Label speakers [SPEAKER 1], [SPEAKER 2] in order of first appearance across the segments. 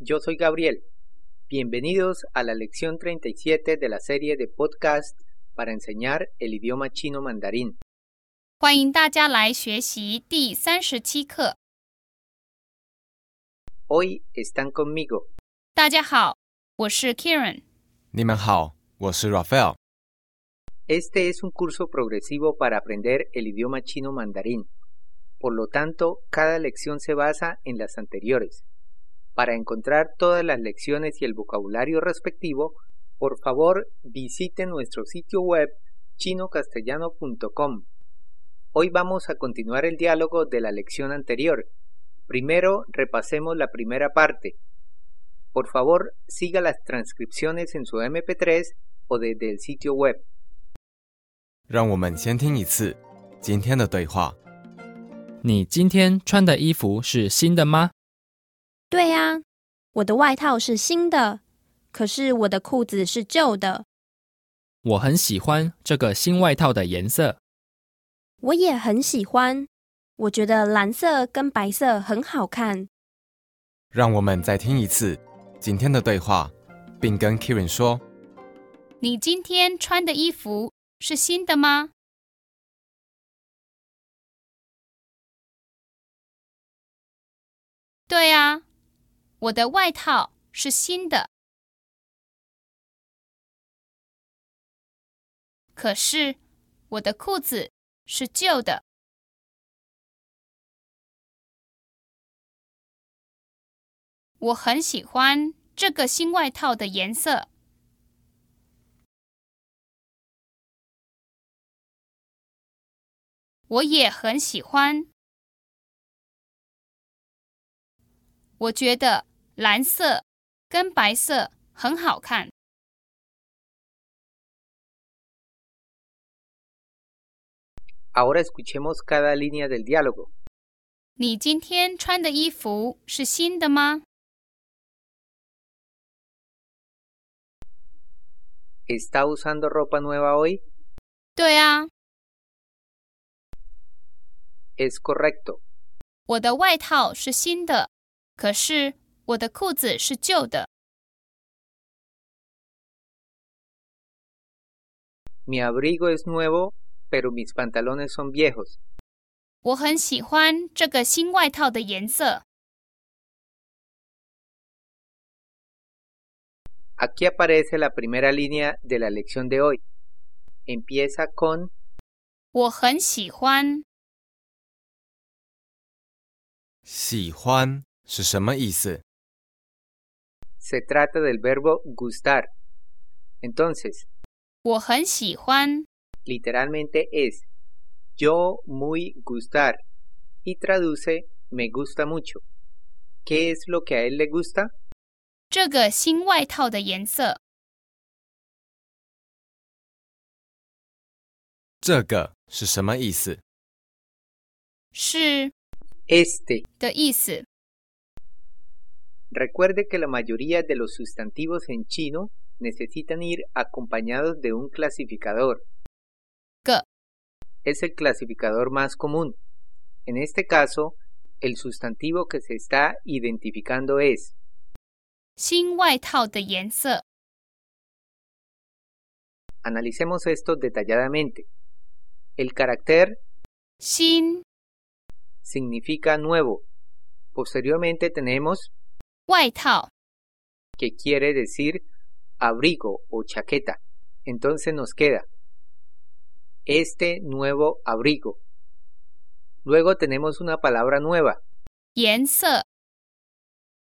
[SPEAKER 1] Yo soy Gabriel. Bienvenidos a la lección 37 de la serie de podcast para enseñar el idioma chino mandarín.
[SPEAKER 2] 欢迎大家来学习第三十七课。
[SPEAKER 1] Hoy están conmigo
[SPEAKER 2] 大家好，我是 Karen。
[SPEAKER 3] 你们好，我是 Raphael。
[SPEAKER 1] Este es un curso progresivo para aprender el idioma chino mandarín. Por lo tanto, cada lección se basa en las anteriores. Para encontrar todas las lecciones y el vocabulario respectivo, por favor visite nuestro sitio web chinocastellano.com. Hoy vamos a continuar el diálogo de la lección anterior. Primero repasemos la primera parte. Por favor, siga las transcripciones en su MP3 o desde el sitio web.
[SPEAKER 3] 让我们先听一次今天的对话。
[SPEAKER 4] 你今天穿的衣服是新的吗？
[SPEAKER 5] 对呀、我的外套是新的，可是我的裤子是旧的。
[SPEAKER 4] 我很喜欢这个新外套的颜色。
[SPEAKER 5] 我也很喜欢，我觉得蓝色跟白色很好看。
[SPEAKER 3] 让我们再听一次今天的对话，并跟 Kieran 说
[SPEAKER 2] 你今天穿的衣服是新的吗？对啊，我的外套是新的。可是我的裤子是旧的。我很喜欢这个新外套的颜色。我也很喜欢。我觉得蓝色跟白色很好看。
[SPEAKER 1] Ahora escuchemos cada línea del diálogo.
[SPEAKER 2] 你今天穿的衣服是新的吗？
[SPEAKER 1] ¿Está usando ropa nueva hoy?
[SPEAKER 2] 对啊，
[SPEAKER 1] Es correcto.
[SPEAKER 2] 我的外套是新的，可是我的裤子是旧的。
[SPEAKER 1] Mi abrigo es nuevo, pero mis pantalones son viejos.
[SPEAKER 2] 我很喜欢这个新外套的颜色。
[SPEAKER 1] Aquí aparece la primera línea de la lección de hoy. Empieza con
[SPEAKER 2] 我很喜欢，：“
[SPEAKER 3] 喜欢是什么意思
[SPEAKER 1] se trata del verbo gustar. Entonces,
[SPEAKER 2] 我很喜欢，
[SPEAKER 1] literalmente es yo muy gustar y traduce me gusta mucho. ¿Qué es lo que a él le gusta?
[SPEAKER 2] 这个新外套的颜色。？”
[SPEAKER 3] 这个是什么意思？
[SPEAKER 2] 是
[SPEAKER 1] Este.
[SPEAKER 2] 的意思。
[SPEAKER 1] Recuerde que la mayoría de los sustantivos en chino necesitan ir acompañados de un clasificador.
[SPEAKER 2] Ge.
[SPEAKER 1] Es el clasificador más común. En este caso, el sustantivo que se está identificando es
[SPEAKER 2] 新外套的颜色，
[SPEAKER 1] Analicemos esto detalladamente. El carácter
[SPEAKER 2] 新
[SPEAKER 1] significa nuevo. Posteriormente tenemos
[SPEAKER 2] 外套，
[SPEAKER 1] que quiere decir abrigo o chaqueta. Entonces nos queda este nuevo abrigo. Luego tenemos una palabra nueva.
[SPEAKER 2] 颜色，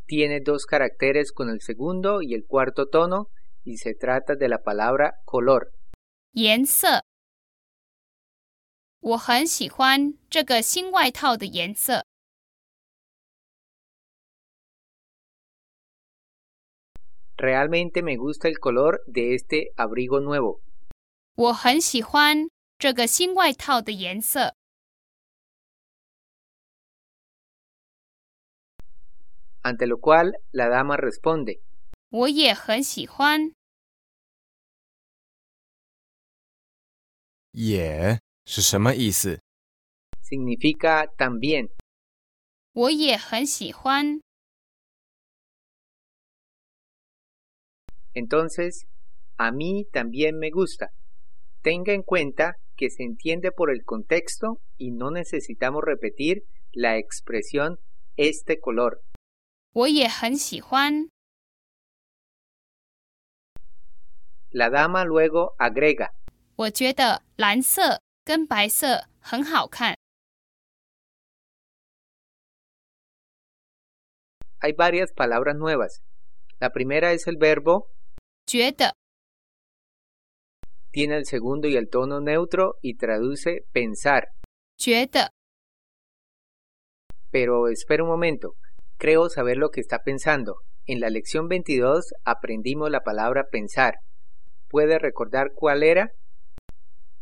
[SPEAKER 1] Tiene dos caracteres con el segundo y el cuarto tono y se trata de la palabra color.
[SPEAKER 2] 颜色。我很喜欢这个新外套的颜色。
[SPEAKER 1] Realmente me gusta el color de este abrigo nuevo.
[SPEAKER 2] 我很喜欢这个新外套的颜色。
[SPEAKER 1] Ante lo cual la dama responde.
[SPEAKER 2] 我也很喜欢，
[SPEAKER 3] 也是什么意思？
[SPEAKER 1] Significa también.
[SPEAKER 2] 我也很喜欢。
[SPEAKER 1] Entonces, a mí también me gusta. Tenga en cuenta que se entiende por el contexto y no necesitamos repetir la expresión este color.
[SPEAKER 2] 我也很喜欢。
[SPEAKER 1] La dama luego agrega,
[SPEAKER 2] 我觉得蓝色跟白色很好看。
[SPEAKER 1] hay varias palabras nuevas. La primera es el verbo,
[SPEAKER 2] 觉得
[SPEAKER 1] tiene el segundo y el tono neutro y traduce pensar.
[SPEAKER 2] 觉得
[SPEAKER 1] Pero espera un momento, creo saber lo que está pensando. En la lección 22 aprendimos la palabra pensar. ¿Puede recordar cuál era?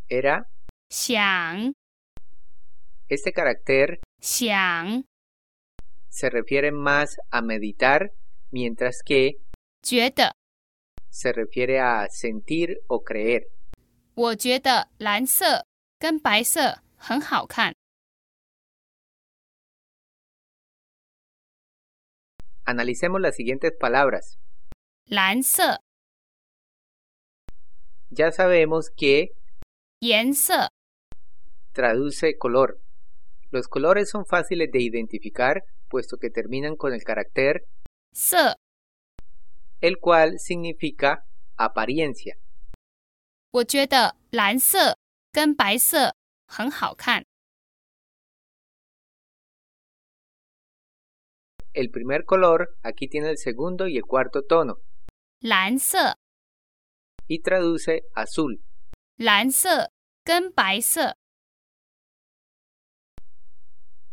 [SPEAKER 1] Era
[SPEAKER 2] 想
[SPEAKER 1] este carácter
[SPEAKER 2] 想，
[SPEAKER 1] se refiere más a meditar, mientras que
[SPEAKER 2] 觉得
[SPEAKER 1] se refiere a sentir o creer.
[SPEAKER 2] 我觉得蓝色跟白色很好看。
[SPEAKER 1] Analicemos las siguientes palabras.
[SPEAKER 2] 蓝色
[SPEAKER 1] Ya sabemos que
[SPEAKER 2] 颜色，
[SPEAKER 1] traduce color. Los colores son fáciles de identificar, puesto que terminan con el carácter
[SPEAKER 2] 色，
[SPEAKER 1] el cual significa apariencia.
[SPEAKER 2] 我觉得蓝色跟白色很好看。
[SPEAKER 1] El primer color aquí tiene el segundo y el cuarto tono
[SPEAKER 2] 蓝色，
[SPEAKER 1] y traduce azul.
[SPEAKER 2] 蓝色跟白色，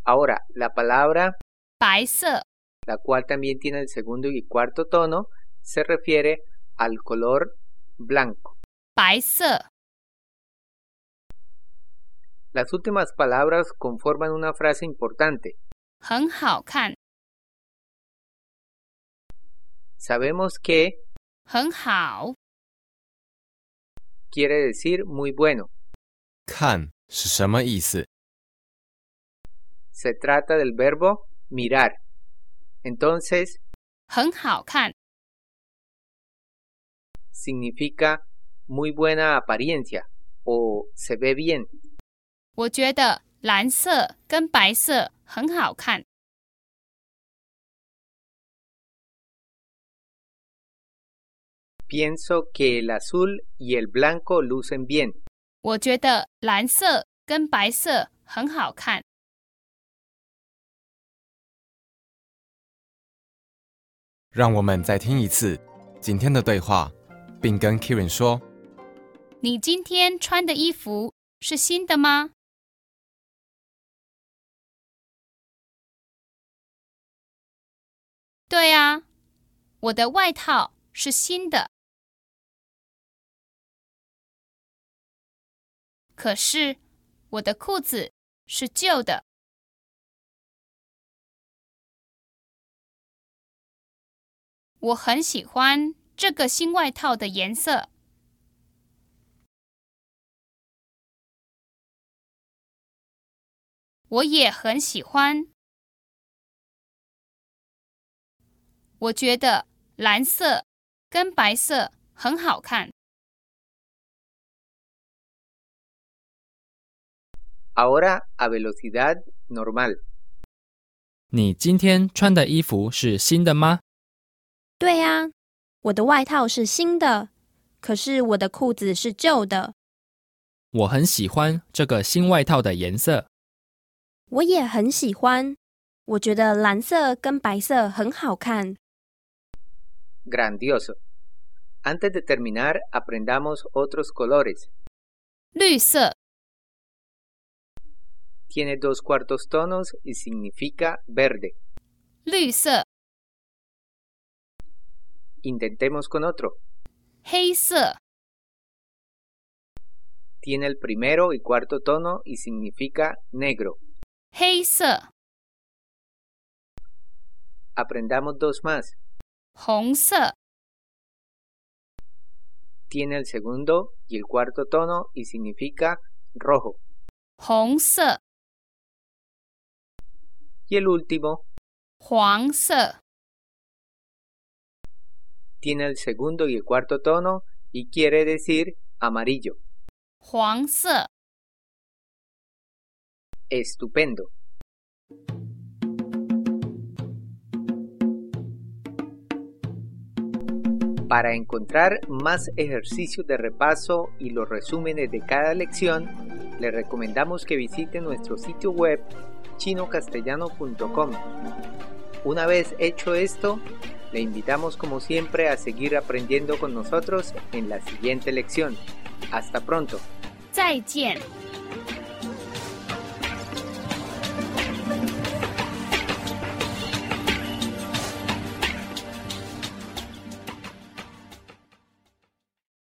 [SPEAKER 1] Ahora, la palabra,
[SPEAKER 2] 白色
[SPEAKER 1] la cual también tiene el segundo y cuarto tono, se refiere al color blanco.
[SPEAKER 2] 白色，
[SPEAKER 1] Las últimas palabras conforman una frase importante.
[SPEAKER 2] 很好看，
[SPEAKER 1] Sabemos que
[SPEAKER 2] 很好，
[SPEAKER 1] quiere decir muy bueno.
[SPEAKER 3] 看是什么意思？
[SPEAKER 1] Se trata del verbo mirar. Entonces,
[SPEAKER 2] 很好看，
[SPEAKER 1] significa muy buena apariencia o se ve bien.
[SPEAKER 2] 我觉得蓝色跟白色很好看。
[SPEAKER 1] Pienso que el azul y el blanco lucen bien.
[SPEAKER 2] 我觉得蓝色跟白色很好看。
[SPEAKER 3] 让我们再听一次今天的对话，并跟 Kirin 说。
[SPEAKER 2] 你今天穿的衣服是新的吗？对啊，我的外套是新的。可是我的裤子是旧的。我很喜欢这个新外套的颜色。我也很喜欢。我觉得蓝色跟白色很好看。
[SPEAKER 1] Ahora a velocidad normal.
[SPEAKER 4] 你今天穿的衣服是新的吗？
[SPEAKER 5] 对呀、我的外套是新的，可是我的裤子是旧的。
[SPEAKER 4] 我很喜欢这个新外套的颜色。
[SPEAKER 5] 我也很喜欢，我觉得蓝色跟白色很好看。
[SPEAKER 1] Grandioso. Antes de terminar, aprendamos otros colores.
[SPEAKER 2] 绿色、
[SPEAKER 1] Tiene dos cuartos tonos y significa verde.
[SPEAKER 2] 绿色、
[SPEAKER 1] Intentemos con otro.
[SPEAKER 2] 黑色、
[SPEAKER 1] Tiene el primero y cuarto tono y significa negro.
[SPEAKER 2] 黑色、
[SPEAKER 1] Aprendamos dos más.
[SPEAKER 2] 红色、
[SPEAKER 1] Tiene el segundo y el cuarto tono y significa rojo.
[SPEAKER 2] 红色、
[SPEAKER 1] Y el último
[SPEAKER 2] 黄色、
[SPEAKER 1] tiene el segundo y el cuarto tono y quiere decir amarillo.
[SPEAKER 2] 黄色、
[SPEAKER 1] Estupendo. Para encontrar más ejercicios de repaso y los resúmenes de cada lección, le recomendamos que visite nuestro sitio web chinocastellano.com. Una vez hecho esto, le invitamos como siempre a seguir aprendiendo con nosotros en la siguiente lección. Hasta pronto.
[SPEAKER 2] 再见。